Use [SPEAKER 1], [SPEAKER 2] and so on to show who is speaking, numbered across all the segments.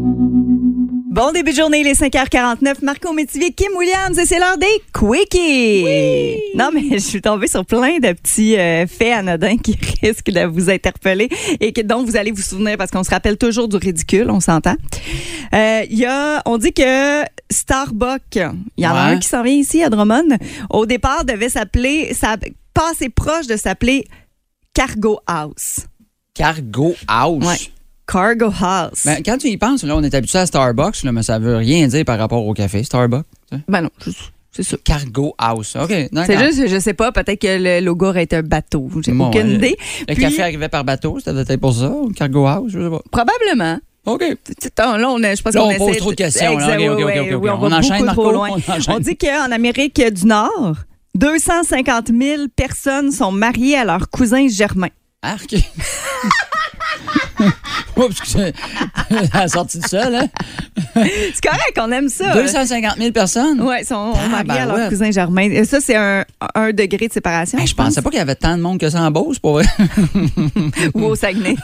[SPEAKER 1] Bon début de journée, les 5h49. Marco Métivier, Kim Williams, et c'est l'heure des quickies. Non, mais je suis tombée sur plein de petits euh, faits anodins qui risquent de vous interpeller et que, dont vous allez vous souvenir parce qu'on se rappelle toujours du ridicule, on s'entend. Euh, Il y a, on dit que Starbucks, il y en a
[SPEAKER 2] Ouais.
[SPEAKER 1] un qui s'en vient ici à Drummond, au départ devait s'appeler, ça passé proche de s'appeler Cargo House.
[SPEAKER 2] Cargo House.
[SPEAKER 1] Ouais. Cargo House.
[SPEAKER 2] Ben, quand tu y penses, là, on est habitué à Starbucks, là, mais ça veut rien dire par rapport au café Starbucks. tu sais.
[SPEAKER 1] Ben non, c'est ça.
[SPEAKER 2] Cargo House. OK,
[SPEAKER 1] C'est
[SPEAKER 2] d'accord.
[SPEAKER 1] juste, je sais pas, peut-être que le logo aurait été un bateau. J'ai
[SPEAKER 2] Bon,
[SPEAKER 1] aucune
[SPEAKER 2] euh,
[SPEAKER 1] idée.
[SPEAKER 2] Le
[SPEAKER 1] Puis,
[SPEAKER 2] café arrivait par bateau, c'était peut-être pour ça, ou Cargo House, je sais pas.
[SPEAKER 1] probablement.
[SPEAKER 2] OK.
[SPEAKER 1] Attends, là, on, est- je pense
[SPEAKER 2] Là,
[SPEAKER 1] qu'on
[SPEAKER 2] on pose
[SPEAKER 1] essaie
[SPEAKER 2] trop de questions, là.
[SPEAKER 1] Exact,
[SPEAKER 2] Ok, ok, ok,
[SPEAKER 1] ouais,
[SPEAKER 2] ok, ok.
[SPEAKER 1] ouais,
[SPEAKER 2] On
[SPEAKER 1] va
[SPEAKER 2] enchaîne,
[SPEAKER 1] beaucoup
[SPEAKER 2] Marco,
[SPEAKER 1] trop loin.
[SPEAKER 2] on enchaîne.
[SPEAKER 1] On dit qu'en Amérique du Nord, 250 000 personnes sont mariées à leur cousin germain.
[SPEAKER 2] Arc. Oups, excusez. Elle est sortie du sol, hein?
[SPEAKER 1] C'est correct, on aime ça.
[SPEAKER 2] 250 000 personnes?
[SPEAKER 1] Oui, sont
[SPEAKER 2] Ah,
[SPEAKER 1] mariées
[SPEAKER 2] ben
[SPEAKER 1] à leur
[SPEAKER 2] ouais.
[SPEAKER 1] cousin germain. Et ça, c'est un, un degré de séparation.
[SPEAKER 2] Hey, Ben, je pensais pas qu'il y avait tant de monde que ça en Beauce, pour vrai.
[SPEAKER 1] ou au Saguenay.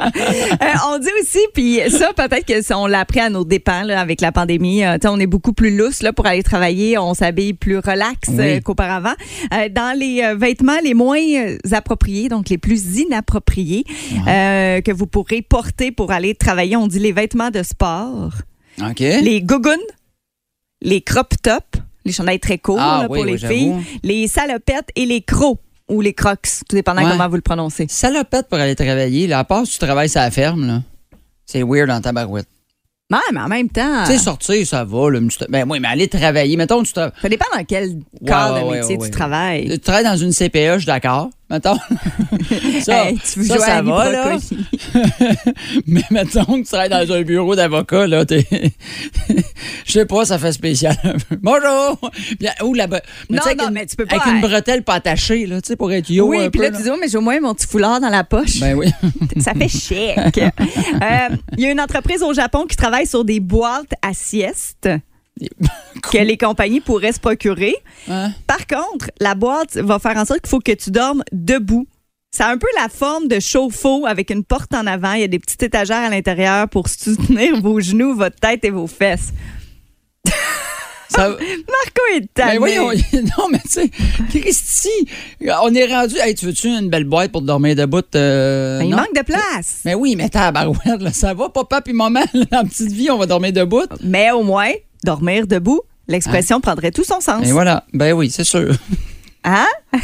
[SPEAKER 1] Euh, on dit aussi, puis ça, peut-être que si on l'a appris à nos dépens là, avec la pandémie. euh, tu sais, on est beaucoup plus lousse là, pour aller travailler. On s'habille plus relax
[SPEAKER 2] Oui.
[SPEAKER 1] euh, qu'auparavant. Euh, dans les euh, vêtements les moins euh, appropriés, donc les plus inappropriés euh, que vous pourrez porter pour aller travailler, on dit les vêtements de sport,
[SPEAKER 2] OK.
[SPEAKER 1] les gougounes, les crop tops, les chandails très courts
[SPEAKER 2] Ah
[SPEAKER 1] là,
[SPEAKER 2] oui,
[SPEAKER 1] pour les
[SPEAKER 2] oui,
[SPEAKER 1] filles,
[SPEAKER 2] j'avoue.
[SPEAKER 1] les salopettes et les crocs ou les crocs, tout dépendant
[SPEAKER 2] Ouais.
[SPEAKER 1] comment vous le prononcez.
[SPEAKER 2] Salopette pour aller travailler, là, à part si tu travailles sur la ferme, là. C'est weird en tabarouette.
[SPEAKER 1] Ouais, mais en même temps,
[SPEAKER 2] Tu sais, sortir, ça va. Là, mais tu te- ben oui, mais aller travailler. Mettons, tu, tra-
[SPEAKER 1] ça dépend dans quel
[SPEAKER 2] Ouais,
[SPEAKER 1] corps de
[SPEAKER 2] ouais,
[SPEAKER 1] métier
[SPEAKER 2] ouais, ouais.
[SPEAKER 1] tu travailles.
[SPEAKER 2] tu travailles dans une CPE, je suis d'accord. Mettons. ça,
[SPEAKER 1] Hey, tu veux
[SPEAKER 2] ça,
[SPEAKER 1] jouer
[SPEAKER 2] ça
[SPEAKER 1] à Annie
[SPEAKER 2] va, là.
[SPEAKER 1] Brocoli.
[SPEAKER 2] Mais mettons que tu travailles dans un bureau d'avocat, là. t'es- Je sais pas, ça fait spécial un peu. Bonjour! Bien, ou la. be- mais
[SPEAKER 1] Non,
[SPEAKER 2] tu sais,
[SPEAKER 1] non,
[SPEAKER 2] avec une-
[SPEAKER 1] mais tu peux pas,
[SPEAKER 2] Avec une
[SPEAKER 1] hein.
[SPEAKER 2] bretelle pas attachée, là, tu sais, pour être yo.
[SPEAKER 1] Oui,
[SPEAKER 2] un
[SPEAKER 1] puis
[SPEAKER 2] peu,
[SPEAKER 1] là, tu dis, oh, mais j'ai au moins mon petit foulard dans la poche.
[SPEAKER 2] Ben oui.
[SPEAKER 1] Ça fait chic. Euh, Il y a une entreprise au Japon qui travaille sur des boîtes à sieste que les compagnies pourraient se procurer.
[SPEAKER 2] Hein?
[SPEAKER 1] Par contre, la boîte va faire en sorte qu'il faut que tu dormes debout. Ça a un peu la forme de chauffe-eau avec une porte en avant. Il y a des petites étagères à l'intérieur pour soutenir vos genoux, votre tête et vos fesses.
[SPEAKER 2] Ça-
[SPEAKER 1] Marco est
[SPEAKER 2] Ben
[SPEAKER 1] tanné.
[SPEAKER 2] voyons, non, mais tu sais, Christy, on est rendu. Hey, tu veux-tu une belle boîte pour dormir debout? euh,
[SPEAKER 1] Mais Ben, Il
[SPEAKER 2] non?
[SPEAKER 1] manque de place.
[SPEAKER 2] Mais oui, mais tabarouette, là, ça va, papa puis maman, là, la petite vie, on va dormir debout.
[SPEAKER 1] Mais au moins, dormir debout, l'expression prendrait tout son sens.
[SPEAKER 2] Hein? Et voilà, ben oui, c'est sûr.
[SPEAKER 1] Hein?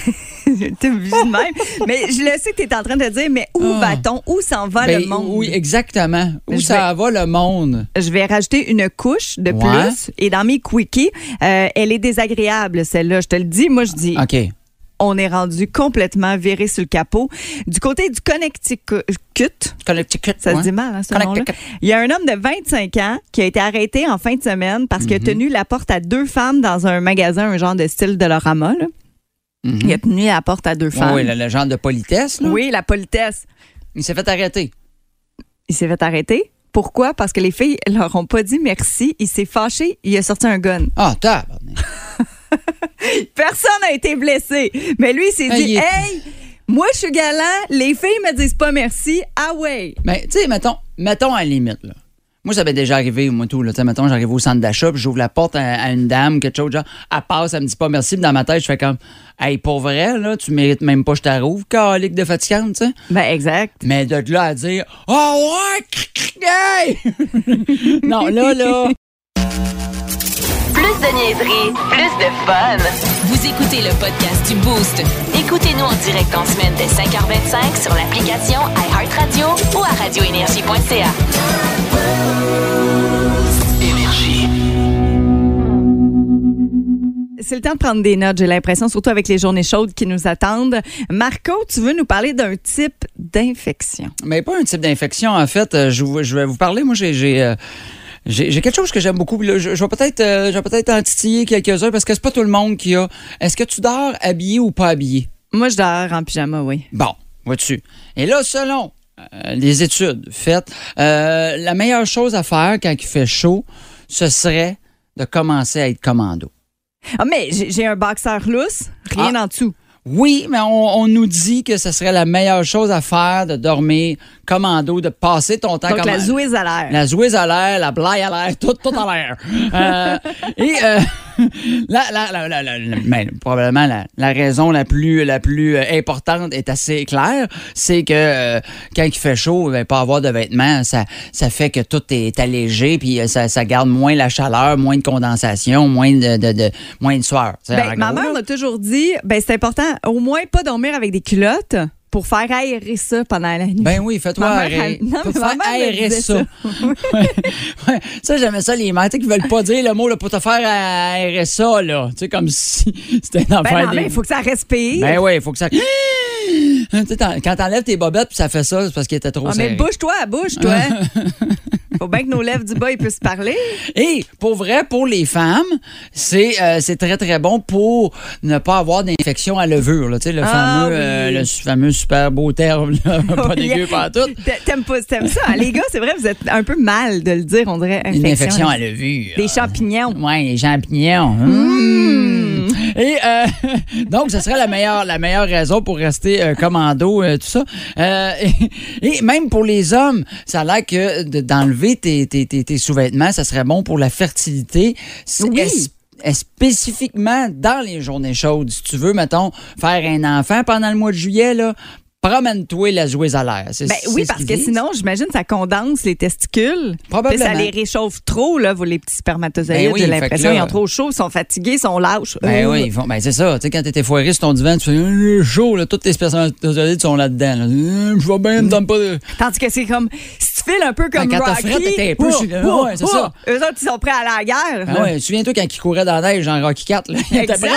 [SPEAKER 1] T'es vu de même. mais je le sais que tu es en train de dire, mais où
[SPEAKER 2] Ah.
[SPEAKER 1] va-t-on? Où s'en va
[SPEAKER 2] Ben,
[SPEAKER 1] le monde?
[SPEAKER 2] Oui, exactement.
[SPEAKER 1] Mais
[SPEAKER 2] Où
[SPEAKER 1] je
[SPEAKER 2] ça va le monde?
[SPEAKER 1] Je vais rajouter une couche de
[SPEAKER 2] Ouais.
[SPEAKER 1] plus. Et dans mes quickies, euh, elle est désagréable, celle-là. Je te le dis, moi, je dis,
[SPEAKER 2] OK.
[SPEAKER 1] on est rendu complètement viré sur le capot. Du côté du Connecticut,
[SPEAKER 2] Connecticut.
[SPEAKER 1] Ça
[SPEAKER 2] ouais.
[SPEAKER 1] se dit mal, hein, ce nom-là.
[SPEAKER 2] Connecticut. Ben
[SPEAKER 1] Il y a un homme de 25 ans qui a été arrêté en fin de semaine parce
[SPEAKER 2] Mm-hmm.
[SPEAKER 1] qu'il a tenu la porte à deux femmes dans un magasin, un genre de style de Lorama. là.
[SPEAKER 2] Mhm.
[SPEAKER 1] Il a tenu la porte à deux
[SPEAKER 2] Ah Ouais,
[SPEAKER 1] femmes.
[SPEAKER 2] oui, la légende de politesse, là.
[SPEAKER 1] Oui, la politesse.
[SPEAKER 2] Il s'est fait arrêter.
[SPEAKER 1] Il s'est fait arrêter. Pourquoi? Parce que les filles leur ont pas dit merci. Il s'est fâché. Il a sorti un gun.
[SPEAKER 2] Ah, t'as.
[SPEAKER 1] Personne n'a été blessé. Mais lui, il s'est
[SPEAKER 2] Ah,
[SPEAKER 1] dit,
[SPEAKER 2] il est-
[SPEAKER 1] hey, moi, je suis galant. Les filles me disent pas merci. Ah ouais.
[SPEAKER 2] Mais, tu sais, mettons, mettons à la limite, là. Moi, ça m'est déjà arrivé, moi, tout, là. Tu sais, mettons, j'arrive au centre d'achat, puis j'ouvre la porte à, à une dame, quelque chose, genre, elle passe, elle me dit pas merci, puis dans ma tête, je fais comme, hey, pour vrai, là, tu mérites même pas, que je t'arrouve, calique de fatigante, tu sais.
[SPEAKER 1] Ben, exact.
[SPEAKER 2] Mais de là à dire Oh ouais! cric, cric, hey! non, là, là.
[SPEAKER 3] Plus de niaiserie, plus de fun. Vous écoutez le podcast du Boost. Écoutez-nous en direct en semaine dès 5h25 sur l'application iHeartRadio ou à radioénergie.ca.
[SPEAKER 1] C'est le temps de prendre des notes, j'ai l'impression, surtout avec les journées chaudes qui nous attendent. Marco, tu veux nous parler d'un type d'infection.
[SPEAKER 2] Mais pas un type d'infection, en fait. Euh, Je, vous- je vais vous parler. Moi, j'ai. j'ai, euh, j'ai- j'ai quelque chose que j'aime beaucoup. puis là, je, je vais peut-être euh, je vais peut-être en titiller quelques-uns parce que c'est pas tout le monde qui a. Est-ce que tu dors habillé ou pas habillé?
[SPEAKER 1] Moi, je dors en pyjama, oui.
[SPEAKER 2] Bon, vois-tu. Et là, selon euh, les études faites, euh, la meilleure chose à faire quand il fait chaud, ce serait de commencer à être commando.
[SPEAKER 1] Ah, mais j'ai j'ai un boxeur lousse, rien
[SPEAKER 2] Ah.
[SPEAKER 1] en dessous.
[SPEAKER 2] Oui, mais on, on nous dit que ce serait la meilleure chose à faire de dormir commando, de passer ton temps
[SPEAKER 1] Donc,
[SPEAKER 2] comme
[SPEAKER 1] la zouise à l'air.
[SPEAKER 2] Ah, La zouise à l'air, la blague à l'air, tout, tout à l'air. Euh, et euh, la, la- la- la- la- la- ben, probablement la, la raison la plus, la plus euh, importante est assez claire, c'est que euh, quand il fait chaud, ben, pas avoir de vêtements, ça, ça fait que tout est allégé, puis euh, ça, ça garde moins la chaleur, moins de condensation, moins de, de, de- moins de sueur. Tu sais,
[SPEAKER 1] Ben,
[SPEAKER 2] en
[SPEAKER 1] ma
[SPEAKER 2] gros,
[SPEAKER 1] mère
[SPEAKER 2] là.
[SPEAKER 1] m'a toujours dit, ben c'est important, au moins pas dormir avec des culottes pour faire aérer ça pendant la nuit.
[SPEAKER 2] Ben oui, fais-toi
[SPEAKER 1] Ma mère,
[SPEAKER 2] aérer.
[SPEAKER 1] elle- non, mais
[SPEAKER 2] Faut
[SPEAKER 1] ma
[SPEAKER 2] faire
[SPEAKER 1] mère me
[SPEAKER 2] aérer
[SPEAKER 1] disait
[SPEAKER 2] ça.
[SPEAKER 1] ça.
[SPEAKER 2] Ouais. Ouais. Ça, j'aimais ça, les mères, tu sais, qui veulent pas dire le mot là, pour te faire aérer ça, là. Tu sais, comme si c'était une
[SPEAKER 1] Ben
[SPEAKER 2] affaire
[SPEAKER 1] non, mais il faut que ça respire.
[SPEAKER 2] Ben oui, il faut que ça... Tu sais, t'en- quand t'enlèves tes bobettes puis ça fait ça, c'est parce qu'il était trop
[SPEAKER 1] Ah, mais
[SPEAKER 2] serré.
[SPEAKER 1] bouge-toi, bouge-toi. faut bien que nos lèvres du bas ils puissent parler.
[SPEAKER 2] Et pour vrai, pour les femmes, c'est euh, c'est très, très bon pour ne pas avoir d'infection à levure. Là, Tu sais, le,
[SPEAKER 1] Ah,
[SPEAKER 2] fameux, euh,
[SPEAKER 1] oui.
[SPEAKER 2] le su- fameux super beau terme, là, pas dégueu, pas tout.
[SPEAKER 1] T'a- T'aimes pas, t'aimes ça. hein? Les gars, c'est vrai, vous êtes un peu mal de le dire, on dirait.
[SPEAKER 2] Une infection à levure.
[SPEAKER 1] Des champignons.
[SPEAKER 2] Oui, les champignons. Mmh. Et euh, donc, ce serait la meilleure, la meilleure raison pour rester euh, commando, euh, tout ça. Euh, et, et même pour les hommes, ça a l'air que de- d'enlever tes, tes- tes- tes sous-vêtements, ça serait bon pour la fertilité. C'est-
[SPEAKER 1] Oui.
[SPEAKER 2] est- est- spécifiquement dans les journées chaudes. Si tu veux, mettons, faire un enfant pendant le mois de juillet, là, promène-toi la joueuse à l'air. C'est-
[SPEAKER 1] Ben
[SPEAKER 2] c'est
[SPEAKER 1] oui,
[SPEAKER 2] ce
[SPEAKER 1] parce
[SPEAKER 2] qu'ils
[SPEAKER 1] que
[SPEAKER 2] disent.
[SPEAKER 1] sinon, j'imagine, ça condense les testicules.
[SPEAKER 2] Probablement.
[SPEAKER 1] Puis ça les réchauffe trop, là, vous, les petits spermatozoïdes.
[SPEAKER 2] Ben oui,
[SPEAKER 1] J'ai
[SPEAKER 2] fait que
[SPEAKER 1] l'impression
[SPEAKER 2] là-
[SPEAKER 1] qu'ils ont trop chaud, ils sont fatigués, ils sont lâches.
[SPEAKER 2] Ben
[SPEAKER 1] Euh,
[SPEAKER 2] oui, ils font- ben c'est ça. Tu sais, quand t'étais foiré sur ton divan, tu fais euh, chaud, là, toutes tes personnalités sont là-dedans. là. Euh, Je vois bien, me donne pas de.
[SPEAKER 1] Tandis que c'est comme, si tu files un peu comme
[SPEAKER 2] Ben, quand t'as
[SPEAKER 1] Rocky...
[SPEAKER 2] fret, t'étais un peu
[SPEAKER 1] ouh,
[SPEAKER 2] chez-
[SPEAKER 1] ouh,
[SPEAKER 2] ouais, c'est
[SPEAKER 1] ouh,
[SPEAKER 2] ça.
[SPEAKER 1] Eux autres, ils sont prêts à la guerre.
[SPEAKER 2] Ah
[SPEAKER 1] là.
[SPEAKER 2] ouais, souviens-toi quand il courait dans la neige, genre Rocky 4, là. il était prêt.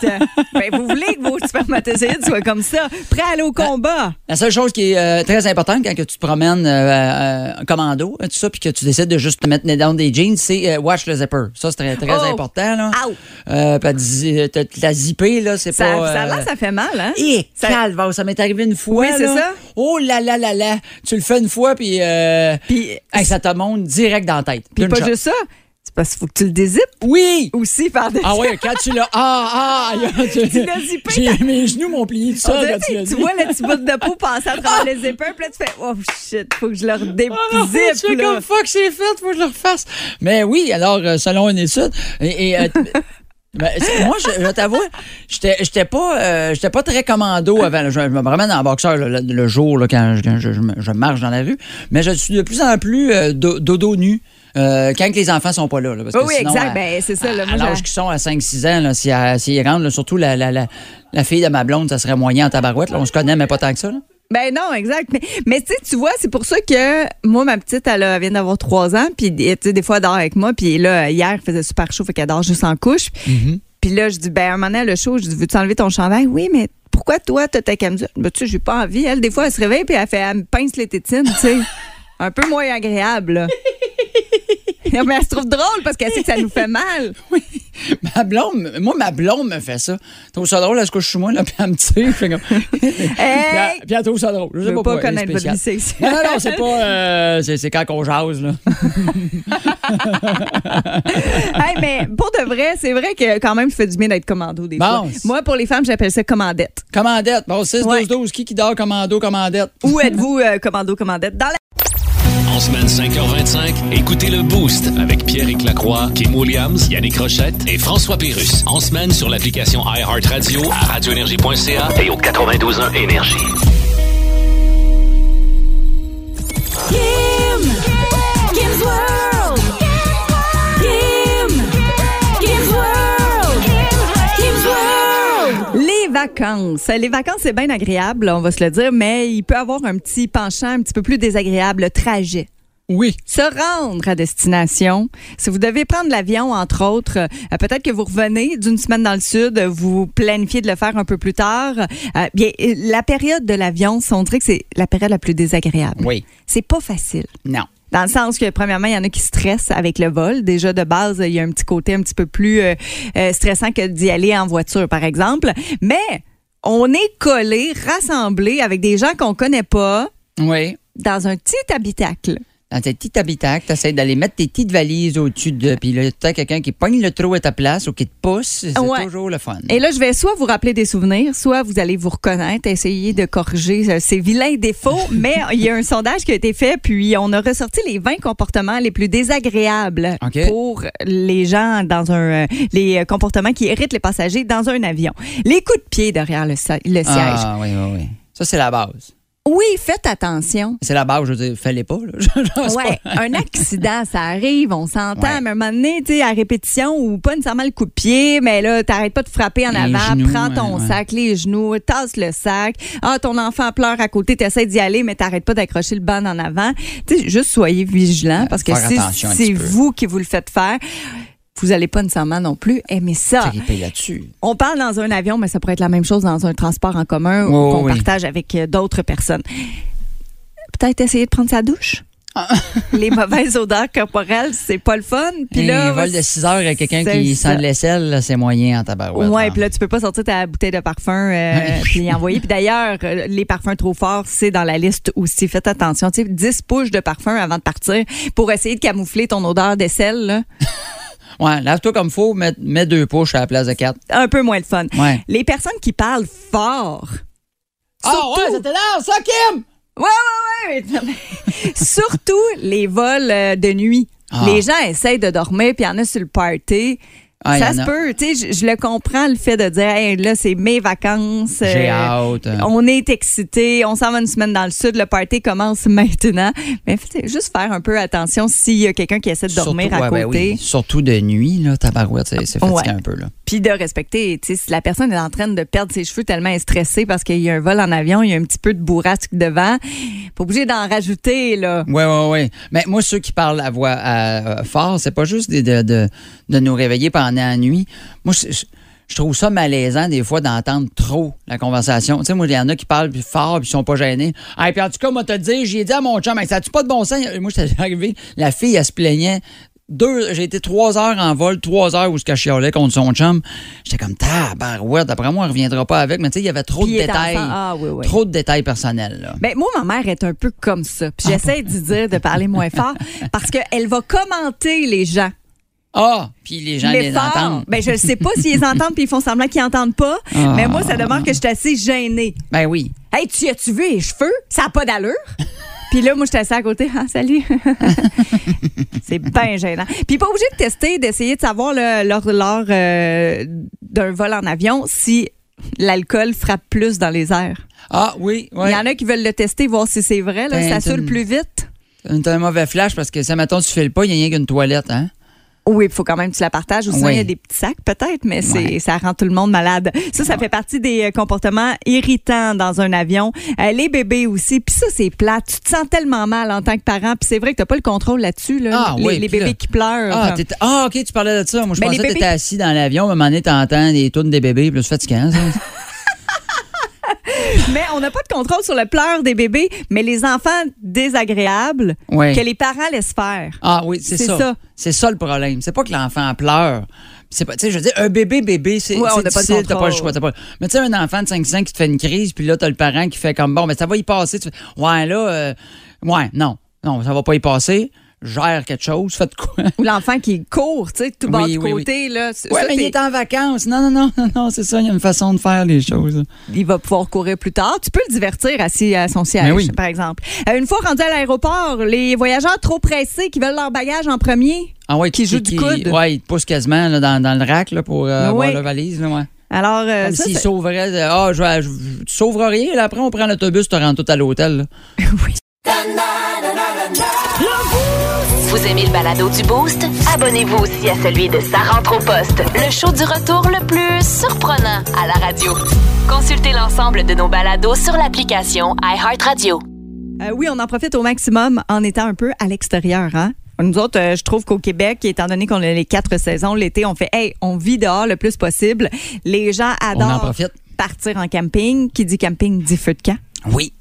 [SPEAKER 1] Exact. ben, vous voulez que vos spermatozoïdes soient comme ça, prêts à aller au
[SPEAKER 2] Ben,
[SPEAKER 1] combat.
[SPEAKER 2] La seule chose qui est euh, très importante quand que tu te promènes euh, euh, commando, euh, tout ça, puis que tu décides de juste te mettre down des jeans, c'est euh, watch le zipper. Ça, c'est très, très
[SPEAKER 1] Oh!
[SPEAKER 2] important, là.
[SPEAKER 1] Ow!
[SPEAKER 2] Euh, puis la zi- t'as- la zipper, là, c'est
[SPEAKER 1] Ça,
[SPEAKER 2] pas.
[SPEAKER 1] ça,
[SPEAKER 2] euh,
[SPEAKER 1] là, ça fait mal, hein?
[SPEAKER 2] Et
[SPEAKER 1] Ça-
[SPEAKER 2] calvaire, ça m'est arrivé une fois.
[SPEAKER 1] Oui, c'est
[SPEAKER 2] là.
[SPEAKER 1] ça.
[SPEAKER 2] Oh là là là là. Tu le fais une fois, puis, euh,
[SPEAKER 1] Puis-
[SPEAKER 2] hey, ça te monte direct dans la tête.
[SPEAKER 1] Puis
[SPEAKER 2] D'une
[SPEAKER 1] pas
[SPEAKER 2] shot.
[SPEAKER 1] juste ça, c'est parce qu'il faut que tu le dézippes
[SPEAKER 2] Oui!
[SPEAKER 1] aussi par-dessus.
[SPEAKER 2] Ah oui, quand tu l'as. Ah, ah! aïe,
[SPEAKER 1] l'as zippé,
[SPEAKER 2] J'ai mes genoux m'ont plié tout
[SPEAKER 1] On
[SPEAKER 2] ça
[SPEAKER 1] dirait,
[SPEAKER 2] quand
[SPEAKER 1] tu
[SPEAKER 2] tu
[SPEAKER 1] sais,
[SPEAKER 2] l'as
[SPEAKER 1] tu
[SPEAKER 2] dit.
[SPEAKER 1] vois le petit bout de peau passer à travers les épaules, puis là, tu fais « Oh shit, faut que je leur
[SPEAKER 2] Ah, je fais
[SPEAKER 1] dézippe, là.
[SPEAKER 2] comme fuck, c'est fait, faut que je le refasse. Mais oui, alors, euh, selon une étude, et, et, euh, ben, c'est- moi, je, je t'avoue, j'étais j'étais pas, euh, j'étais pas très commando avant. Je, je me promène en boxeur là, le, le jour là, quand, je, quand je- je me- je marche dans la rue, mais je suis de plus en plus euh, do- dodo nu. euh, quand que les enfants sont pas là. là, parce que
[SPEAKER 1] Oui, oui,
[SPEAKER 2] sinon, euh,
[SPEAKER 1] exact.
[SPEAKER 2] à-
[SPEAKER 1] Ben, c'est ça, là,
[SPEAKER 2] à-
[SPEAKER 1] moi,
[SPEAKER 2] à l'âge
[SPEAKER 1] j'ai-
[SPEAKER 2] qu'ils sont à 5-6 ans, là, si, à- s'ils rentrent, là, surtout la, la, la, la fille de ma blonde, ça serait moyen en tabarouette. là. on se connaît, mais pas tant que ça. là.
[SPEAKER 1] Ben non, exact. Mais, mais tu sais, tu vois, c'est pour ça que moi, ma petite, elle, a- elle vient d'avoir trois ans, puis tu sais, des fois, elle dort avec moi, puis là, hier, il faisait super chaud, fait qu'elle dort juste en couche.
[SPEAKER 2] Mm-hmm.
[SPEAKER 1] Puis là, je dis, ben, à un moment donné, elle a chaud, je dis, veux-tu enlever ton chandail? Oui, mais pourquoi toi, t'as ta camisole? Ben, tu sais, j'ai pas envie. Elle, des fois, elle se réveille, puis elle fait, elle me pince les tétines, tu sais. Un peu moins agréable, là. Non, mais elle se trouve drôle parce qu'elle sait que ça nous fait mal.
[SPEAKER 2] Ma blonde, moi, ma blonde me fait ça. Trouve ça drôle, est-ce que je suis moi, là, puis elle me tire. Fait comme...
[SPEAKER 1] Hey!
[SPEAKER 2] Puis elle trouve ça drôle. Je
[SPEAKER 1] Je
[SPEAKER 2] sais
[SPEAKER 1] veux
[SPEAKER 2] pas,
[SPEAKER 1] pas
[SPEAKER 2] pourquoi, elle est
[SPEAKER 1] connaître votre
[SPEAKER 2] spéciale.
[SPEAKER 1] vie sexuelle.
[SPEAKER 2] Non, non, non, c'est pas. euh, c'est, c'est quand qu'on jase, là.
[SPEAKER 1] Hey, mais pour de vrai, c'est vrai que quand même, ça fait du bien d'être commando des
[SPEAKER 2] Bon.
[SPEAKER 1] fois. Moi, pour les femmes, j'appelle ça commandette.
[SPEAKER 2] Commandette. Bon, 6,
[SPEAKER 1] Ouais.
[SPEAKER 2] 12, 12. Qui qui dort commando, commandette?
[SPEAKER 1] Où êtes-vous euh, commando, commandette? Dans la...
[SPEAKER 4] En semaine 5h25, écoutez le Boost avec pierre Lacroix, Kim Williams, Yannick Rochette et François Pérus. En semaine sur l'application iHeartRadio à radioénergie.ca et au 92.1 Énergie.
[SPEAKER 5] Kim's World. Kim. Kim's World. Kim's World.
[SPEAKER 1] Les vacances. Les vacances, c'est bien agréable, on va se le dire, mais il peut avoir un petit penchant un petit peu plus désagréable, le trajet.
[SPEAKER 2] Oui.
[SPEAKER 1] Se rendre à destination. Si vous devez prendre l'avion, entre autres, euh, peut-être que vous revenez d'une semaine dans le sud, euh, vous planifiez de le faire un peu plus tard. Euh, bien, euh, la période de l'avion, on dirait que c'est la période la plus désagréable.
[SPEAKER 2] Oui.
[SPEAKER 1] C'est pas facile.
[SPEAKER 2] Non.
[SPEAKER 1] Dans le sens que, premièrement, il y en a qui stressent avec le vol. Déjà, de base, il y a un petit côté un petit peu plus euh, euh, stressant que d'y aller en voiture, par exemple. Mais on est collés, rassemblés avec des gens qu'on connaît pas.
[SPEAKER 2] Oui.
[SPEAKER 1] dans un petit habitacle.
[SPEAKER 2] Dans tes petits habitacles, t'essaies d'aller mettre tes petites valises au-dessus de. Puis là, t'as quelqu'un qui pogne le trou à ta place ou qui te pousse. C'est
[SPEAKER 1] Ouais.
[SPEAKER 2] toujours le fun.
[SPEAKER 1] Et là, je vais soit vous rappeler des souvenirs, soit vous allez vous reconnaître, essayer de corriger euh, ces vilains défauts. Mais euh, il y a un sondage qui a été fait, puis on a ressorti les 20 comportements les plus désagréables
[SPEAKER 2] OK.
[SPEAKER 1] pour les gens dans un. euh, les euh, comportements qui irritent les passagers dans un avion. Les coups de pied derrière le, sa- le siège.
[SPEAKER 2] Ah, oui, oui, oui. Ça, c'est la base.
[SPEAKER 1] Oui, faites attention.
[SPEAKER 2] C'est la base, je veux dire, fais-les pas. Là. Genre, c'est
[SPEAKER 1] Ouais,
[SPEAKER 2] pas-
[SPEAKER 1] un accident, ça arrive, on s'entend,
[SPEAKER 2] Ouais.
[SPEAKER 1] mais à un moment donné, tu sais, à répétition ou pas nécessairement le coup de pied, mais là, t'arrêtes pas de frapper en
[SPEAKER 2] Les
[SPEAKER 1] avant,
[SPEAKER 2] genoux,
[SPEAKER 1] prends ton
[SPEAKER 2] ouais, ouais.
[SPEAKER 1] sac, les genoux, tasse le sac. Ah, ton enfant pleure à côté, t'essaies d'y aller, mais t'arrêtes pas d'accrocher le banc en avant. Tu sais, juste soyez vigilants parce que
[SPEAKER 2] faire
[SPEAKER 1] si
[SPEAKER 2] attention un
[SPEAKER 1] c'est
[SPEAKER 2] petit peu.
[SPEAKER 1] vous qui vous le faites faire, vous allez pas nécessairement non plus aimer ça.
[SPEAKER 2] Ah. triper là-dessus.
[SPEAKER 1] On parle dans un avion, mais ça pourrait être la même chose dans un transport en commun
[SPEAKER 2] Oh,
[SPEAKER 1] ou qu'on
[SPEAKER 2] oui.
[SPEAKER 1] partage avec euh, d'autres personnes. Peut-être essayer de prendre sa douche. Les mauvaises odeurs corporelles, c'est pas le fun. Puis là,
[SPEAKER 2] un vol de 6 heures à quelqu'un
[SPEAKER 1] c'est
[SPEAKER 2] qui
[SPEAKER 1] ça.
[SPEAKER 2] sent de l'aisselle, là, c'est moyen en tabarouette.
[SPEAKER 1] Ouais,
[SPEAKER 2] hein.
[SPEAKER 1] puis là, tu peux pas sortir ta bouteille de parfum euh,
[SPEAKER 2] Ouais.
[SPEAKER 1] puis envoyer. Puis d'ailleurs, euh, les parfums trop forts, c'est dans la liste aussi. Faites attention. Tu sais, 10 push de parfum avant de partir pour essayer de camoufler ton odeur d'aisselle. là.
[SPEAKER 2] Ouais, lave-toi comme faut, mets, mets deux pouches à la place de quatre.
[SPEAKER 1] Un peu moins le fun.
[SPEAKER 2] Ouais.
[SPEAKER 1] Les personnes qui parlent fort,
[SPEAKER 2] Ah ouais, c'était là, ça, Kim!
[SPEAKER 1] Ouais, ouais, ouais. mais- Surtout les vols euh, de nuit.
[SPEAKER 2] Ah.
[SPEAKER 1] Les gens essayent de dormir, puis il y en a sur le party.
[SPEAKER 2] Ah, y
[SPEAKER 1] ça
[SPEAKER 2] en
[SPEAKER 1] se
[SPEAKER 2] a.
[SPEAKER 1] peut, tu sais, je- je le comprends, le fait de dire, hey, là, c'est mes vacances.
[SPEAKER 2] J'ai
[SPEAKER 1] euh,
[SPEAKER 2] hâte.
[SPEAKER 1] On est excité, on s'en va une semaine dans le sud, le party commence maintenant. Mais tu sais, juste faire un peu attention s'il y a quelqu'un qui essaie de dormir
[SPEAKER 2] Surtout-
[SPEAKER 1] à
[SPEAKER 2] ouais,
[SPEAKER 1] côté.
[SPEAKER 2] ben oui, Surtout de nuit, là, tabarouette, c'est c'est fatigant
[SPEAKER 1] Ouais.
[SPEAKER 2] un peu, là.
[SPEAKER 1] Puis de respecter, tu sais, si la personne est en train de perdre ses cheveux tellement elle est stressée parce qu'il y a un vol en avion, il y a un petit peu de bourrasque devant, pas obligé d'en rajouter, là.
[SPEAKER 2] Oui, oui, oui. Mais moi, ceux qui parlent à voix à- euh, fort, c'est pas juste des- de, de- de nous réveiller pendant la nuit. Moi, je, je- je trouve ça malaisant des fois d'entendre trop la conversation. Tu sais, moi, il y en a qui parlent plus fort puis ils sont pas gênés. Ah, puis en tout cas, moi, te dire, j'ai dit à mon chum, Hey, ça a-tu pas de bon sens? Moi, j'étais arrivé, la fille, elle se plaignait. Deux, j'ai été trois heures en vol, trois heures où je chialait contre son chum. J'étais comme, tabarouette, après moi, on reviendra pas avec. Mais tu sais, il y avait trop
[SPEAKER 1] Puis il
[SPEAKER 2] de
[SPEAKER 1] est
[SPEAKER 2] détails.
[SPEAKER 1] enfant. Ah, oui, oui.
[SPEAKER 2] Trop de détails personnels, là.
[SPEAKER 1] Ben, moi, ma mère est un peu comme ça.
[SPEAKER 2] Ah.
[SPEAKER 1] Puis j'essaie d'y dire de parler moins fort parce qu'elle va commenter les gens.
[SPEAKER 2] Ah, puis les gens les
[SPEAKER 1] L'effort.
[SPEAKER 2] entendent.
[SPEAKER 1] Ben, je ne sais pas s'ils les entendent puis ils font semblant qu'ils n'entendent pas.
[SPEAKER 2] Ah.
[SPEAKER 1] Mais moi, ça demande que je suis assez gênée.
[SPEAKER 2] Ben oui.
[SPEAKER 1] Hey, tu as-tu vu les cheveux? Ça n'a pas d'allure. Puis là, moi, j'étais assise à côté. Ah, salut. c'est bien gênant. Puis pas obligé de tester, d'essayer de savoir là, lors, lors, euh, d'un vol en avion si l'alcool frappe plus dans les airs.
[SPEAKER 2] Ah oui,
[SPEAKER 1] Il
[SPEAKER 2] oui.
[SPEAKER 1] y en a qui veulent le tester, voir si c'est vrai. Là,
[SPEAKER 2] Ben,
[SPEAKER 1] ça
[SPEAKER 2] c'est
[SPEAKER 1] saoule
[SPEAKER 2] une-
[SPEAKER 1] plus vite.
[SPEAKER 2] T'as un mauvais flash parce que si, mettons, tu files pas, il n'y a rien qu'une toilette, hein?
[SPEAKER 1] Oui, il faut quand même que tu la partages. Ou sinon,
[SPEAKER 2] Oui.
[SPEAKER 1] il y a des petits sacs peut-être, mais c'est ça rend tout le monde malade. Ça, ça fait partie des euh, comportements irritants dans un avion. Euh, les bébés aussi. Puis ça, c'est plat. Tu te sens tellement mal en tant que parent. Puis c'est vrai que tu pas le contrôle là-dessus. Là.
[SPEAKER 2] Ah
[SPEAKER 1] les,
[SPEAKER 2] oui,
[SPEAKER 1] les
[SPEAKER 2] puis
[SPEAKER 1] bébés
[SPEAKER 2] là-
[SPEAKER 1] qui pleurent.
[SPEAKER 2] Ah,
[SPEAKER 1] Enfin,
[SPEAKER 2] t'étais- ah, OK, tu parlais de ça. Moi, je
[SPEAKER 1] Ben, les
[SPEAKER 2] pensais que t'étais
[SPEAKER 1] bébés-
[SPEAKER 2] assis dans l'avion, à un moment donné, t'entends des tunes des bébés, puis là, c'est fatigant, ça.
[SPEAKER 1] Mais on n'a pas de contrôle sur le pleur des bébés. Mais les enfants désagréables
[SPEAKER 2] Oui.
[SPEAKER 1] que les parents laissent faire.
[SPEAKER 2] Ah oui, c'est
[SPEAKER 1] C'est
[SPEAKER 2] ça.
[SPEAKER 1] ça.
[SPEAKER 2] C'est ça le problème. C'est pas que l'enfant pleure. C'est pas, tu sais, je veux dire, un bébé, bébé, c'est
[SPEAKER 1] Ouais, on
[SPEAKER 2] c'est
[SPEAKER 1] n'a pas de
[SPEAKER 2] difficile, t'as pas le
[SPEAKER 1] contrôle.
[SPEAKER 2] choix. t'as Pas... Mais tu sais, un enfant de 5-5 qui te fait une crise, puis là, t'as le parent qui fait comme, bon, mais ça va y passer. Tu fais, ouais, là, euh, ouais, non, non, ça va pas y passer. Gère quelque chose, faites quoi?
[SPEAKER 1] Ou l'enfant qui court, tu sais, tout bas
[SPEAKER 2] Oui,
[SPEAKER 1] de
[SPEAKER 2] oui, oui.
[SPEAKER 1] côté. Là. Ça,
[SPEAKER 2] Ouais, mais il
[SPEAKER 1] t'es-
[SPEAKER 2] est en vacances. Non, non, non, non, non, c'est ça, il y a une façon de faire les choses.
[SPEAKER 1] il va pouvoir courir plus tard. Tu peux le divertir assis à son siège,
[SPEAKER 2] Mais oui.
[SPEAKER 1] par exemple. Euh, une fois rendu à l'aéroport, les voyageurs trop pressés qui veulent leur bagage en premier.
[SPEAKER 2] Ah ouais,
[SPEAKER 1] Qui joue du coude.
[SPEAKER 2] Ouais, il te pousse quasiment là, dans, dans le rack là, pour euh,
[SPEAKER 1] Oui.
[SPEAKER 2] avoir la valise. Là, ouais.
[SPEAKER 1] Alors, euh,
[SPEAKER 2] Comme
[SPEAKER 1] ça,
[SPEAKER 2] s'il
[SPEAKER 1] c'est-
[SPEAKER 2] sauverait. euh, Ah, je, vais- je- tu sauveras rien, là, après on prend l'autobus, tu te rends tout à l'hôtel. là.
[SPEAKER 3] Vous aimez le balado du Boost? Abonnez-vous aussi à celui de Sa rentre au poste, le show du retour le plus surprenant à la radio. Consultez l'ensemble de nos balados sur l'application iHeartRadio.
[SPEAKER 1] euh, oui, on en profite au maximum en étant un peu à l'extérieur. Hein? Nous autres, euh, je trouve qu'au Québec, étant donné qu'on a les quatre saisons, l'été, on fait, hey, on vit dehors le plus possible. Les gens adorent
[SPEAKER 2] en profite.
[SPEAKER 1] partir en camping. Qui dit camping dit feu de camp.
[SPEAKER 2] Oui.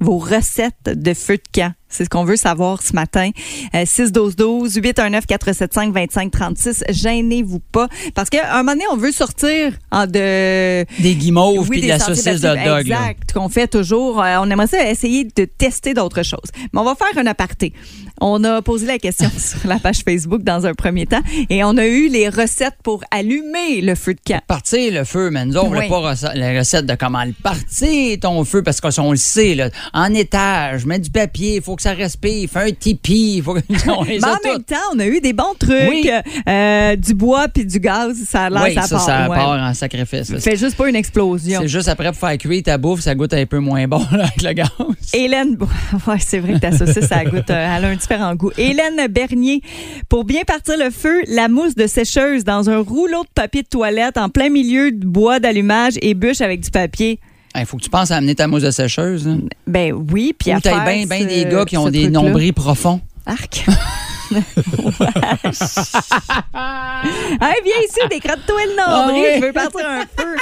[SPEAKER 1] Vos recettes de feu de camp C'est ce qu'on veut savoir ce matin. Euh, 6-12-12, 819-475-2536. Gênez-vous pas. Parce qu'à un moment donné, on veut sortir en de...
[SPEAKER 2] Des guimauves puis de la
[SPEAKER 1] sentiers
[SPEAKER 2] saucisse de
[SPEAKER 1] battus.
[SPEAKER 2] dog. là.
[SPEAKER 1] Exact, qu'on fait toujours. Euh, on aimerait ça essayer de tester d'autres choses. Mais on va faire un aparté. On a posé la question sur la page Facebook dans un premier temps et on a eu les recettes pour allumer le feu de camp.
[SPEAKER 2] Partir le feu, mais nous autres, on n'a
[SPEAKER 1] Oui.
[SPEAKER 2] pas rece- la recette de comment le partir, ton feu, parce qu'on le sait, là, en étage, mets du papier, il faut que ça respire, fais un tipi, faut que... on les
[SPEAKER 1] Mais
[SPEAKER 2] a
[SPEAKER 1] en même
[SPEAKER 2] toutes.
[SPEAKER 1] temps, on a eu des bons trucs.
[SPEAKER 2] Oui.
[SPEAKER 1] Euh, du bois puis du gaz, ça a l'air
[SPEAKER 2] Oui,
[SPEAKER 1] ça
[SPEAKER 2] ça,
[SPEAKER 1] part.
[SPEAKER 2] ça
[SPEAKER 1] ouais.
[SPEAKER 2] part en sacrifice. là.
[SPEAKER 1] Fait juste pas une explosion.
[SPEAKER 2] C'est juste après pour faire cuire ta bouffe, ça goûte un peu moins bon là, avec le gaz.
[SPEAKER 1] Hélène, bon, ouais, c'est vrai que ta saucisse, ça goûte, euh, elle a un différent goût. Hélène Bernier, pour bien partir le feu, la mousse de sécheuse dans un rouleau de papier de toilette en plein milieu de bois d'allumage et bûche avec du papier.
[SPEAKER 2] Il faut que tu penses à amener ta mousse de sécheuse. Là.
[SPEAKER 1] Ben oui, puis
[SPEAKER 2] Ou
[SPEAKER 1] à faire
[SPEAKER 2] t'as bien ben
[SPEAKER 1] ce-
[SPEAKER 2] des gars qui ont
[SPEAKER 1] ce
[SPEAKER 2] des
[SPEAKER 1] truc-là.
[SPEAKER 2] nombrils profonds.
[SPEAKER 1] Arc. hey, viens ici, décrotte-toi le nombril,
[SPEAKER 2] Ah oui.
[SPEAKER 1] je veux partir un feu.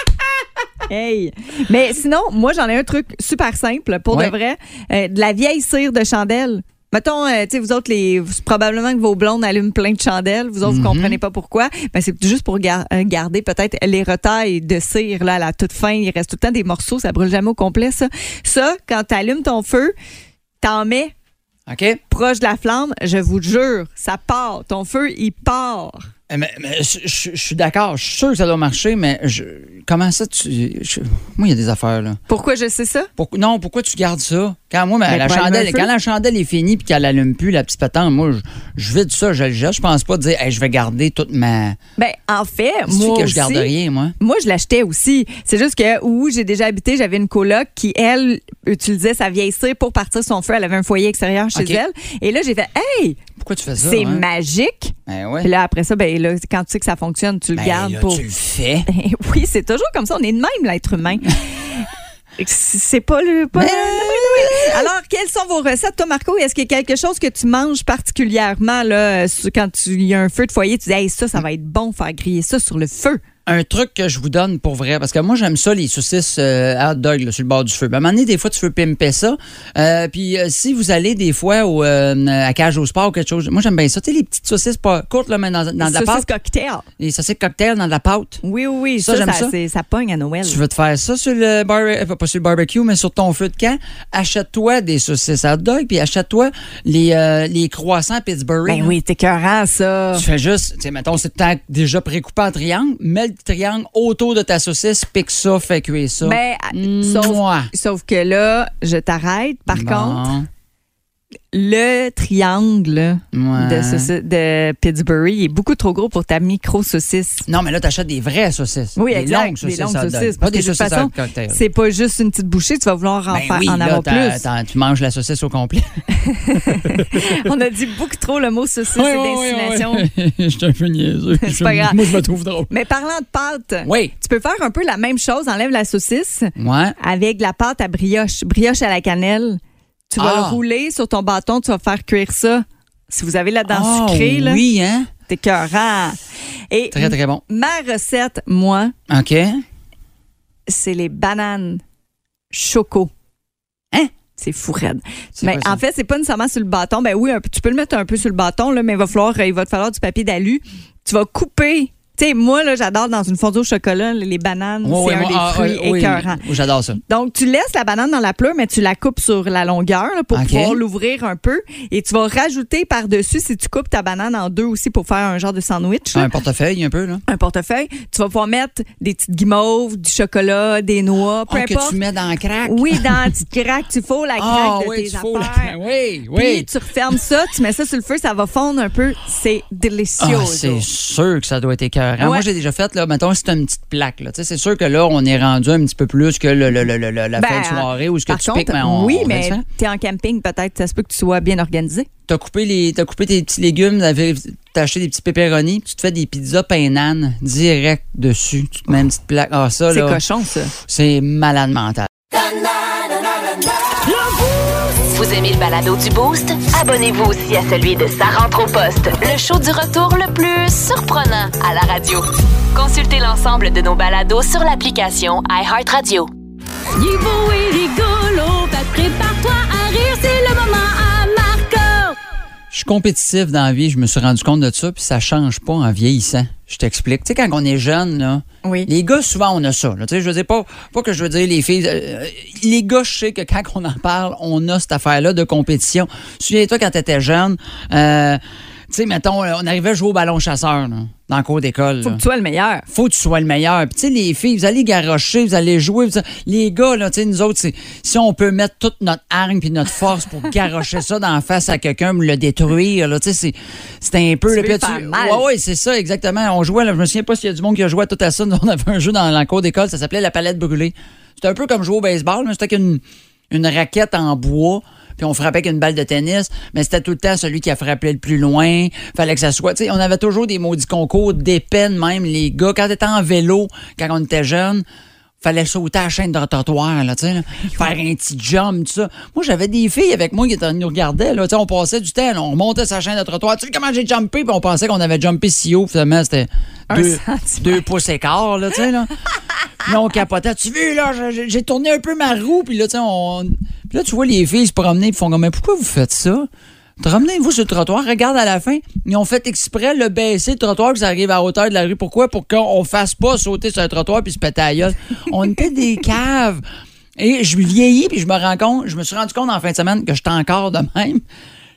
[SPEAKER 1] Hey. Mais sinon, moi, j'en ai un truc super simple, pour
[SPEAKER 2] Ouais.
[SPEAKER 1] de vrai. Euh, de la vieille cire de chandelle. Mettons, euh, tu sais, vous autres, les, vous- probablement que vos blondes allument plein de chandelles. Vous autres, vous
[SPEAKER 2] Mm-hmm.
[SPEAKER 1] comprenez pas pourquoi. Ben, c'est juste pour gar- euh, garder peut-être les retailles de cire là, à la toute fin. Il reste tout le temps des morceaux, ça brûle jamais au complet, ça. Ça, quand tu allumes ton feu, t'en mets
[SPEAKER 2] OK? Euh,
[SPEAKER 1] proche de la flamme, je vous jure, ça part. Ton feu, il part.
[SPEAKER 2] Mais, mais je- je je suis d'accord, je suis sûr que ça doit marcher, mais je- comment ça tu. je- moi, il y a des affaires, là.
[SPEAKER 1] Pourquoi je sais ça?
[SPEAKER 2] Pourquoi- non, pourquoi tu gardes ça? Quand moi, ma-
[SPEAKER 1] Mais
[SPEAKER 2] la
[SPEAKER 1] Ben, pour allumer
[SPEAKER 2] chandelle,
[SPEAKER 1] un feu.
[SPEAKER 2] quand la chandelle est finie puis qu'elle allume plus, la petite patente, moi, je, je vide ça, je le jette. Je pense pas dire, Hey, je vais garder toute ma.
[SPEAKER 1] Ben, en fait,
[SPEAKER 2] Tu sais
[SPEAKER 1] moi
[SPEAKER 2] que
[SPEAKER 1] aussi,
[SPEAKER 2] je garde rien, moi.
[SPEAKER 1] Moi, je l'achetais aussi. C'est juste que où j'ai déjà habité, j'avais une coloc qui, elle, utilisait sa vieille cire pour partir son feu. Elle avait un foyer extérieur chez
[SPEAKER 2] Ok.
[SPEAKER 1] elle. Et là, j'ai fait Hey,
[SPEAKER 2] Pourquoi tu fais ça?
[SPEAKER 1] c'est
[SPEAKER 2] hein?
[SPEAKER 1] magique! Puis
[SPEAKER 2] Ben ouais.
[SPEAKER 1] là, après ça, ben là, quand tu sais que ça fonctionne, tu le
[SPEAKER 2] Ben
[SPEAKER 1] gardes
[SPEAKER 2] là,
[SPEAKER 1] pour. Eh
[SPEAKER 2] Tu le fais.
[SPEAKER 1] oui, c'est toujours comme ça. On est de même, l'être humain. c'est pas le. pas- Ben, Alors, quelles sont vos recettes, toi, Marco? Est-ce qu'il y a quelque chose que tu manges particulièrement là, euh, sur- quand tu- il y a un feu de foyer? Tu dis, hey, ça, ça va être bon, faire griller ça sur le feu.
[SPEAKER 2] un truc que je vous donne pour vrai, parce que moi, j'aime ça, les saucisses euh, hot dog là, sur le bord du feu. Ben, à un moment donné, des fois, tu veux pimper ça. Euh, puis euh, si vous allez des fois au, euh, à Cage au Sport ou quelque chose, moi, j'aime bien ça. Tu sais, les petites saucisses pas courtes, là, mais dans, dans de la
[SPEAKER 1] Saucisse
[SPEAKER 2] pâte.
[SPEAKER 1] cocktail.
[SPEAKER 2] Les saucisses cocktail dans de la pâte.
[SPEAKER 1] Oui, oui, oui.
[SPEAKER 2] Ça,
[SPEAKER 1] Ça,
[SPEAKER 2] j'aime
[SPEAKER 1] ça,
[SPEAKER 2] ça.
[SPEAKER 1] c'est- ça pogne à Noël.
[SPEAKER 2] Tu veux te faire ça sur le barbecue, pas sur le barbecue, mais sur ton feu de camp, achète-toi des saucisses hot dog, puis achète-toi les, euh, les croissants Pittsburgh.
[SPEAKER 1] Ben
[SPEAKER 2] là.
[SPEAKER 1] oui, t'es écœurant, ça.
[SPEAKER 2] Tu fais juste, tu sais, mettons, c'est le temps déjà précoupé en triangle, mets le triangle autour de ta saucisse, pique ça, fais cuire ça.
[SPEAKER 1] Ben,
[SPEAKER 2] Mm,
[SPEAKER 1] sauf,
[SPEAKER 2] mouah.
[SPEAKER 1] sauf que là, je t'arrête. Par
[SPEAKER 2] Bon.
[SPEAKER 1] contre, le triangle de,
[SPEAKER 2] Ouais.
[SPEAKER 1] sauci- de Pittsburgh est beaucoup trop gros pour ta micro-saucisse.
[SPEAKER 2] Non, mais là, t'achètes des vraies saucisses.
[SPEAKER 1] Oui,
[SPEAKER 2] des
[SPEAKER 1] exact,
[SPEAKER 2] longues saucisses.
[SPEAKER 1] Des longues
[SPEAKER 2] hot dog.
[SPEAKER 1] saucisses.
[SPEAKER 2] Pas
[SPEAKER 1] Parce que
[SPEAKER 2] des
[SPEAKER 1] de toute
[SPEAKER 2] saucisses
[SPEAKER 1] façon,
[SPEAKER 2] à cocktail.
[SPEAKER 1] c'est pas juste une petite bouchée, tu vas vouloir en,
[SPEAKER 2] Ben
[SPEAKER 1] faire,
[SPEAKER 2] oui,
[SPEAKER 1] en
[SPEAKER 2] là,
[SPEAKER 1] avoir
[SPEAKER 2] t'as-
[SPEAKER 1] plus.
[SPEAKER 2] t'as- tu manges la saucisse au complet.
[SPEAKER 1] On a dit beaucoup trop le mot saucisse
[SPEAKER 2] Oui,
[SPEAKER 1] et
[SPEAKER 2] oui, oui,
[SPEAKER 1] d'insinuation.
[SPEAKER 2] oui. Je suis un peu niaiseux.
[SPEAKER 1] C'est pas grave.
[SPEAKER 2] Moi, je me trouve drôle.
[SPEAKER 1] Mais parlant de pâte,
[SPEAKER 2] Oui.
[SPEAKER 1] tu peux faire un peu la même chose, enlève la saucisse
[SPEAKER 2] Ouais.
[SPEAKER 1] avec de la pâte à brioche, brioche à la cannelle. Tu vas
[SPEAKER 2] Ah.
[SPEAKER 1] le rouler sur ton bâton, tu vas faire cuire ça. Si vous avez la dent
[SPEAKER 2] Ah,
[SPEAKER 1] sucrée, là,
[SPEAKER 2] Oui, hein?
[SPEAKER 1] t'es cœurant. Et
[SPEAKER 2] Très, très bon.
[SPEAKER 1] ma recette, moi,
[SPEAKER 2] OK.
[SPEAKER 1] c'est les bananes choco.
[SPEAKER 2] Hein?
[SPEAKER 1] C'est fou raide.
[SPEAKER 2] C'est
[SPEAKER 1] Mais
[SPEAKER 2] quoi ça?
[SPEAKER 1] en fait, c'est pas nécessairement sur le bâton. Ben oui, un peu- tu peux le mettre un peu sur le bâton, là, mais il va, falloir, euh, il va te falloir du papier d'alu. Tu vas couper. Tu sais, moi, là, j'adore dans une fondue au chocolat, les bananes,
[SPEAKER 2] Ouais,
[SPEAKER 1] c'est
[SPEAKER 2] ouais,
[SPEAKER 1] un
[SPEAKER 2] moi,
[SPEAKER 1] des
[SPEAKER 2] ah,
[SPEAKER 1] fruits
[SPEAKER 2] ouais, oui,
[SPEAKER 1] écœurants.
[SPEAKER 2] oui, J'adore ça.
[SPEAKER 1] Donc, tu laisses la banane dans la pleure, mais tu la coupes sur la longueur là, pour
[SPEAKER 2] OK.
[SPEAKER 1] pouvoir l'ouvrir un peu. Et tu vas rajouter par-dessus, si tu coupes ta banane en deux aussi pour faire un genre de sandwich. là,
[SPEAKER 2] Un portefeuille, un peu, là.
[SPEAKER 1] un portefeuille, tu vas pouvoir mettre des petites guimauves, du chocolat, des noix, peu
[SPEAKER 2] Ah, que
[SPEAKER 1] importe.
[SPEAKER 2] tu mets dans le crack.
[SPEAKER 1] Oui, dans la petite craque, tu fous la craque
[SPEAKER 2] Ah,
[SPEAKER 1] de
[SPEAKER 2] oui,
[SPEAKER 1] tes
[SPEAKER 2] tu
[SPEAKER 1] affaires.
[SPEAKER 2] fous la craque. Oui,
[SPEAKER 1] Puis
[SPEAKER 2] oui.
[SPEAKER 1] tu refermes ça, tu mets ça sur le feu, ça va fondre un peu. C'est
[SPEAKER 2] Ah,
[SPEAKER 1] délicieux.
[SPEAKER 2] c'est sûr que ça doit être écœurant.
[SPEAKER 1] Ouais.
[SPEAKER 2] Moi, j'ai déjà fait, là, mettons, c'est une petite plaque. Là. Tu sais, C'est sûr que là, on est rendu un petit peu plus que le, le- le- le- le- la
[SPEAKER 1] Ben,
[SPEAKER 2] fin de soirée ou ce que
[SPEAKER 1] par
[SPEAKER 2] tu
[SPEAKER 1] contre,
[SPEAKER 2] piques, mais on
[SPEAKER 1] oui,
[SPEAKER 2] on fait
[SPEAKER 1] mais
[SPEAKER 2] ça.
[SPEAKER 1] t'es en camping peut-être, ça se peut que tu sois bien organisé.
[SPEAKER 2] T'as coupé, les, t'as coupé tes petits légumes, t'avais- t'as acheté des petits pepperonis, puis tu te fais des pizzas pain nan direct dessus. Tu te mets une petite plaque. Ah, ça,
[SPEAKER 1] C'est
[SPEAKER 2] là,
[SPEAKER 1] cochon ça.
[SPEAKER 2] c'est malade mental.
[SPEAKER 3] Vous aimez le balado du Boost? Abonnez-vous aussi à celui de Sa rentre au poste, le show du retour le plus surprenant à la radio. Consultez l'ensemble de nos balados sur l'application iHeartRadio.
[SPEAKER 5] Il est beau et rigolo, fait que prépare-toi à rire, c'est le moment à
[SPEAKER 2] compétitif dans la vie, je me suis rendu compte de ça, puis ça change pas en vieillissant. Je t'explique. Tu sais, quand on est jeune, là,
[SPEAKER 1] Oui.
[SPEAKER 2] les gars, souvent, on a ça. là. Tu sais, je veux dire, pas, pas que je veux dire les filles. euh, les gars, je sais que quand on en parle, on a cette affaire-là de compétition. Souviens-toi quand t'étais jeune, euh, tu sais, mettons, euh, on arrivait à jouer au ballon chasseur, là, dans le cours d'école.
[SPEAKER 1] Faut
[SPEAKER 2] là
[SPEAKER 1] que tu sois le meilleur.
[SPEAKER 2] faut que tu sois le meilleur. Puis, tu sais, les filles, vous allez garrocher, vous allez jouer. vous- les gars, là, tu sais, nous autres, c'est- si on peut mettre toute notre hargne puis notre force pour garrocher ça dans la face à quelqu'un, me le détruire, là, tu sais, c'est- c'est un peu
[SPEAKER 1] Tu
[SPEAKER 2] le
[SPEAKER 1] veux
[SPEAKER 2] puis
[SPEAKER 1] faire mal.
[SPEAKER 2] Ouais, ouais, Ah c'est ça, exactement. On jouait, là, je me souviens pas s'il y a du monde qui a joué à tout à ça. Nous, on avait un jeu dans la cour d'école, ça s'appelait la palette brûlée. C'était un peu comme jouer au baseball, mais c'était qu'une une raquette en bois. Puis on frappait qu'une balle de tennis, mais c'était tout le temps celui qui a frappé le plus loin. Fallait que ça soit. tu sais, on avait toujours des maudits concours, des peines même, les gars. Quand t'étais en vélo, quand on était jeune, fallait sauter à la chaîne de trottoir, là, tu sais, là. faire un petit jump, tout ça. Moi, j'avais des filles avec moi qui étaient- nous regardaient, là, tu sais, on passait du temps, là, on remontait sa chaîne de trottoir. Tu sais comment j'ai jumpé? Puis on pensait qu'on avait jumpé si haut, finalement, c'était
[SPEAKER 1] Un
[SPEAKER 2] deux,
[SPEAKER 1] centimètre.
[SPEAKER 2] deux pouces et quart, là, tu sais, là. Puis là, on capotait. Tu veux, là, j'ai- j'ai tourné un peu ma roue. Puis là, tu sais, on... Puis là, tu vois les filles se promener. Puis font comme, mais pourquoi vous faites ça? Promenez-vous sur le trottoir. Regarde à la fin. Ils ont fait exprès le baisser le trottoir que ça arrive à la hauteur de la rue. Pourquoi? Pour qu'on fasse pas sauter sur le trottoir puis se péter à la gueule. On était des caves. Et je vieillis puis je me rends compte, je me suis rendu compte en fin de semaine que j'étais encore de même.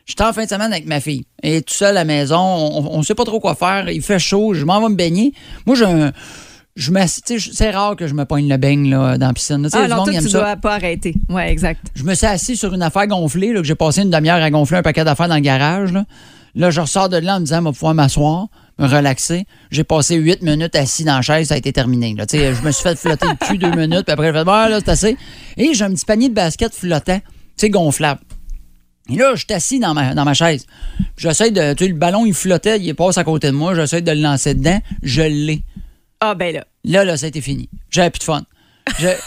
[SPEAKER 2] J'étais en fin de semaine avec ma fille. Et tout seul à la maison, on, on sait pas trop quoi faire. Il fait chaud, je m'en vais me baigner. Moi, j'ai un- je m'ass- tu sais, c'est rare que je me poigne le beigne là, dans la piscine. là. Tu sais,
[SPEAKER 1] Ah
[SPEAKER 2] il y a du
[SPEAKER 1] non,
[SPEAKER 2] monde
[SPEAKER 1] toi,
[SPEAKER 2] qui aime
[SPEAKER 1] tu
[SPEAKER 2] ça.
[SPEAKER 1] dois pas arrêter. Ouais, exact.
[SPEAKER 2] Je me suis assis sur une affaire gonflée, là, que j'ai passé une demi-heure à gonfler un paquet d'affaires dans le garage. Là, Là, je ressors de là en me disant, je vais pouvoir m'asseoir, me relaxer. J'ai passé huit minutes assis dans la chaise, ça a été terminé. là. Tu sais, Je me suis fait flotter le cul deux minutes, puis après, j'ai fait, bon, là, c'est assez. Et j'ai un petit panier de basket flottant, tu sais, gonflable. Et là, je suis assis dans ma, dans ma chaise. J'essaie de. Tu sais, le ballon, il flottait, il passe à côté de moi, j'essaie de le lancer dedans, je l'ai.
[SPEAKER 1] Ah ben là.
[SPEAKER 2] Là, là, ça a été fini. J'avais plus de fun. Je-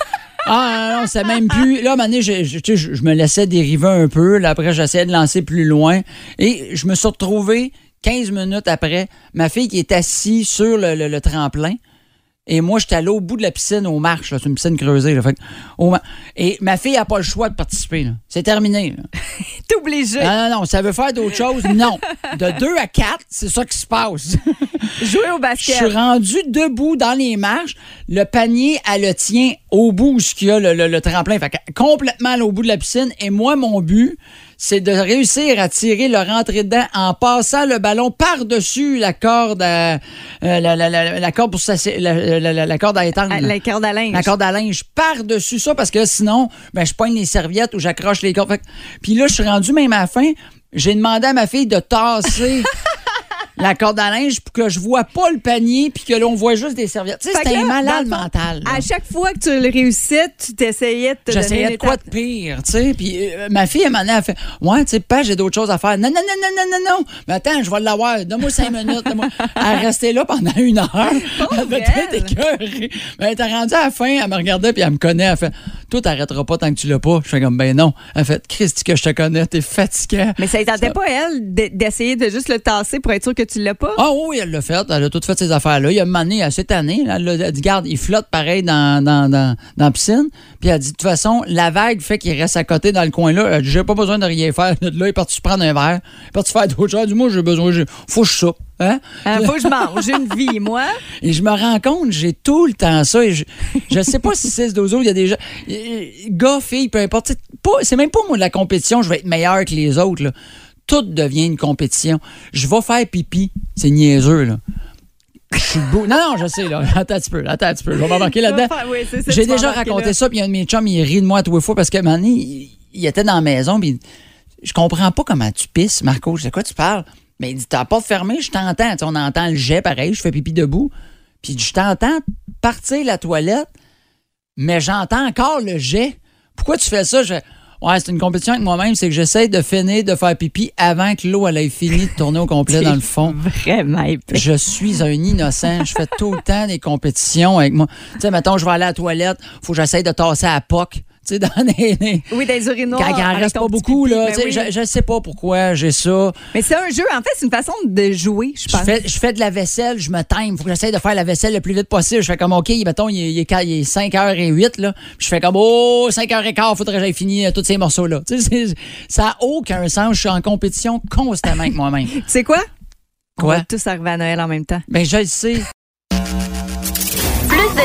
[SPEAKER 2] Ah non, non, c'est même plus. Là, à un moment donné, je, je- tu sais, je- je me laissais dériver un peu. Là, après, j'essayais de lancer plus loin. Et je me suis retrouvé 15 minutes après, ma fille qui est assise sur le, le- le tremplin. Et moi, j'étais allé au bout de la piscine aux marches. là. C'est une piscine creusée. là. Fait que- au ma- Et ma fille n'a pas le choix de participer. là. C'est terminé. là.
[SPEAKER 1] T'es obligé.
[SPEAKER 2] Non, non, non. Ça veut faire d'autres choses? Non. De 2 à 4, c'est ça qui se passe.
[SPEAKER 1] Jouer au
[SPEAKER 2] Je
[SPEAKER 1] basket.
[SPEAKER 2] suis rendu debout dans les marches. Le panier, elle le tient au bout où ce qu'il y a le, le- le tremplin. Fait que complètement là, au bout de la piscine. Et moi, mon but, c'est de réussir à tirer le rentré dedans en passant le ballon par-dessus la corde à, euh, la, la- la- la corde pour s'assi- la, la- la- la corde à étendre.
[SPEAKER 1] Ah,
[SPEAKER 2] là.
[SPEAKER 1] La corde à linge.
[SPEAKER 2] La corde à linge par-dessus ça parce que sinon, ben, je pogne les serviettes ou j'accroche les cordes. Fait que- Puis là, je suis rendu même à la fin. J'ai demandé à ma fille de tasser la corde à linge pour que je vois pas le panier puis que là, on voit juste des serviettes. Tu sais,
[SPEAKER 1] Fait que
[SPEAKER 2] c'était un
[SPEAKER 1] là,
[SPEAKER 2] malade
[SPEAKER 1] dans le fond,
[SPEAKER 2] mental. là.
[SPEAKER 1] À chaque fois que tu le réussissais, tu t'essayais de te donner
[SPEAKER 2] J'essayais de
[SPEAKER 1] une
[SPEAKER 2] quoi
[SPEAKER 1] étape.
[SPEAKER 2] de pire, tu sais. Puis euh, ma fille, elle m'en a fait Ouais, tu sais, pas, j'ai d'autres choses à faire. Non, non, non, non, non, non, non. Mais attends, je vais l'avoir. Donne-moi cinq minutes. donne-moi. Elle restait là pendant une heure. Elle devait être
[SPEAKER 1] elle.
[SPEAKER 2] écœurée. Mais elle était rendue à la fin. Elle me regardait, puis elle me connaît. Elle fait Toi, t'arrêteras pas tant que tu l'as pas. Je fais comme Ben non. Elle fait Christy, que je te connais, t'es fatigué.
[SPEAKER 1] Mais ça ne tentait pas, elle, d- d'essayer de juste le tasser pour être sûr que tu l'as pas?
[SPEAKER 2] Ah oui, elle l'a fait. Elle a tout fait ses affaires-là. Il y a une année, à cette année, là, elle a dit, garde, il flotte pareil dans, dans, dans, dans la piscine. Puis elle a dit, de toute façon, la vague fait qu'il reste à côté dans le coin-là. Elle a dit, j'ai pas besoin de rien faire. Là, il est parti se prendre un verre. Il est parti faire d'autres choses. Elle a dit, moi, j'ai besoin, j'ai- faut que je soupe. Hein?
[SPEAKER 1] Hein, faut que je mange, j'ai une vie, moi.
[SPEAKER 2] Et je me rends compte, j'ai tout le temps ça. Et je, je sais pas si c'est ce dozo, il y a des gens. euh, Gars, filles, peu importe. c'est pas- C'est même pas moi de la compétition, je vais être meilleur que les autres. là. Tout devient une compétition. Je vais faire pipi. C'est niaiseux, là. Je suis beau. Non, non, je sais, là. Attends un petit peu, attends un petit peu. Je vais m'embarquer là-dedans.
[SPEAKER 1] Tu vas faire- oui, c'est ça,
[SPEAKER 2] J'ai
[SPEAKER 1] tu vas
[SPEAKER 2] déjà
[SPEAKER 1] embarquer
[SPEAKER 2] raconté
[SPEAKER 1] là.
[SPEAKER 2] ça, puis un de mes chums, il rit de moi à tous les fois parce que, man, il, il était dans la maison, puis je comprends pas comment tu pisses, Marco. Je sais quoi tu parles. Mais il dit, t'as pas fermé, je t'entends. Tu sais, on entend le jet pareil, je fais pipi debout. Puis il dit, je t'entends partir la toilette, mais j'entends encore le jet. Pourquoi tu fais ça? Je fais, ouais, c'est une compétition avec moi-même, c'est que j'essaie de finir de faire pipi avant que l'eau, elle ait fini de tourner au complet dans le fond.
[SPEAKER 1] Vraiment épais.
[SPEAKER 2] Je suis un innocent. Je fais tout le temps des compétitions avec moi. Tu sais, mettons, je vais aller à la toilette, faut que j'essaye de tasser à POC. Tu sais, dans les- les-
[SPEAKER 1] Oui, des urinoirs.
[SPEAKER 2] Quand il en
[SPEAKER 1] avec
[SPEAKER 2] reste
[SPEAKER 1] ton
[SPEAKER 2] pas
[SPEAKER 1] petit
[SPEAKER 2] beaucoup,
[SPEAKER 1] pipi,
[SPEAKER 2] là.
[SPEAKER 1] ben
[SPEAKER 2] tu sais,
[SPEAKER 1] oui.
[SPEAKER 2] je, je sais pas pourquoi j'ai ça.
[SPEAKER 1] Mais c'est un jeu, en fait, c'est une façon de jouer, je
[SPEAKER 2] Je
[SPEAKER 1] pense.
[SPEAKER 2] fais, je fais de la vaisselle, je me time. Faut que j'essaye de faire la vaisselle le plus vite possible. Je fais comme, OK, mettons, il est, il est quand- il est 5h08, là. Puis Je fais comme, oh, 5h15, faudrait que j'aille finir euh, tous ces morceaux-là. Tu sais, c'est- ça n'a aucun sens. Je suis en compétition constamment avec moi-même.
[SPEAKER 1] Tu sais quoi?
[SPEAKER 2] Quoi?
[SPEAKER 1] On va tous arriver à Noël en même temps.
[SPEAKER 2] Ben, je le sais.
[SPEAKER 3] Plus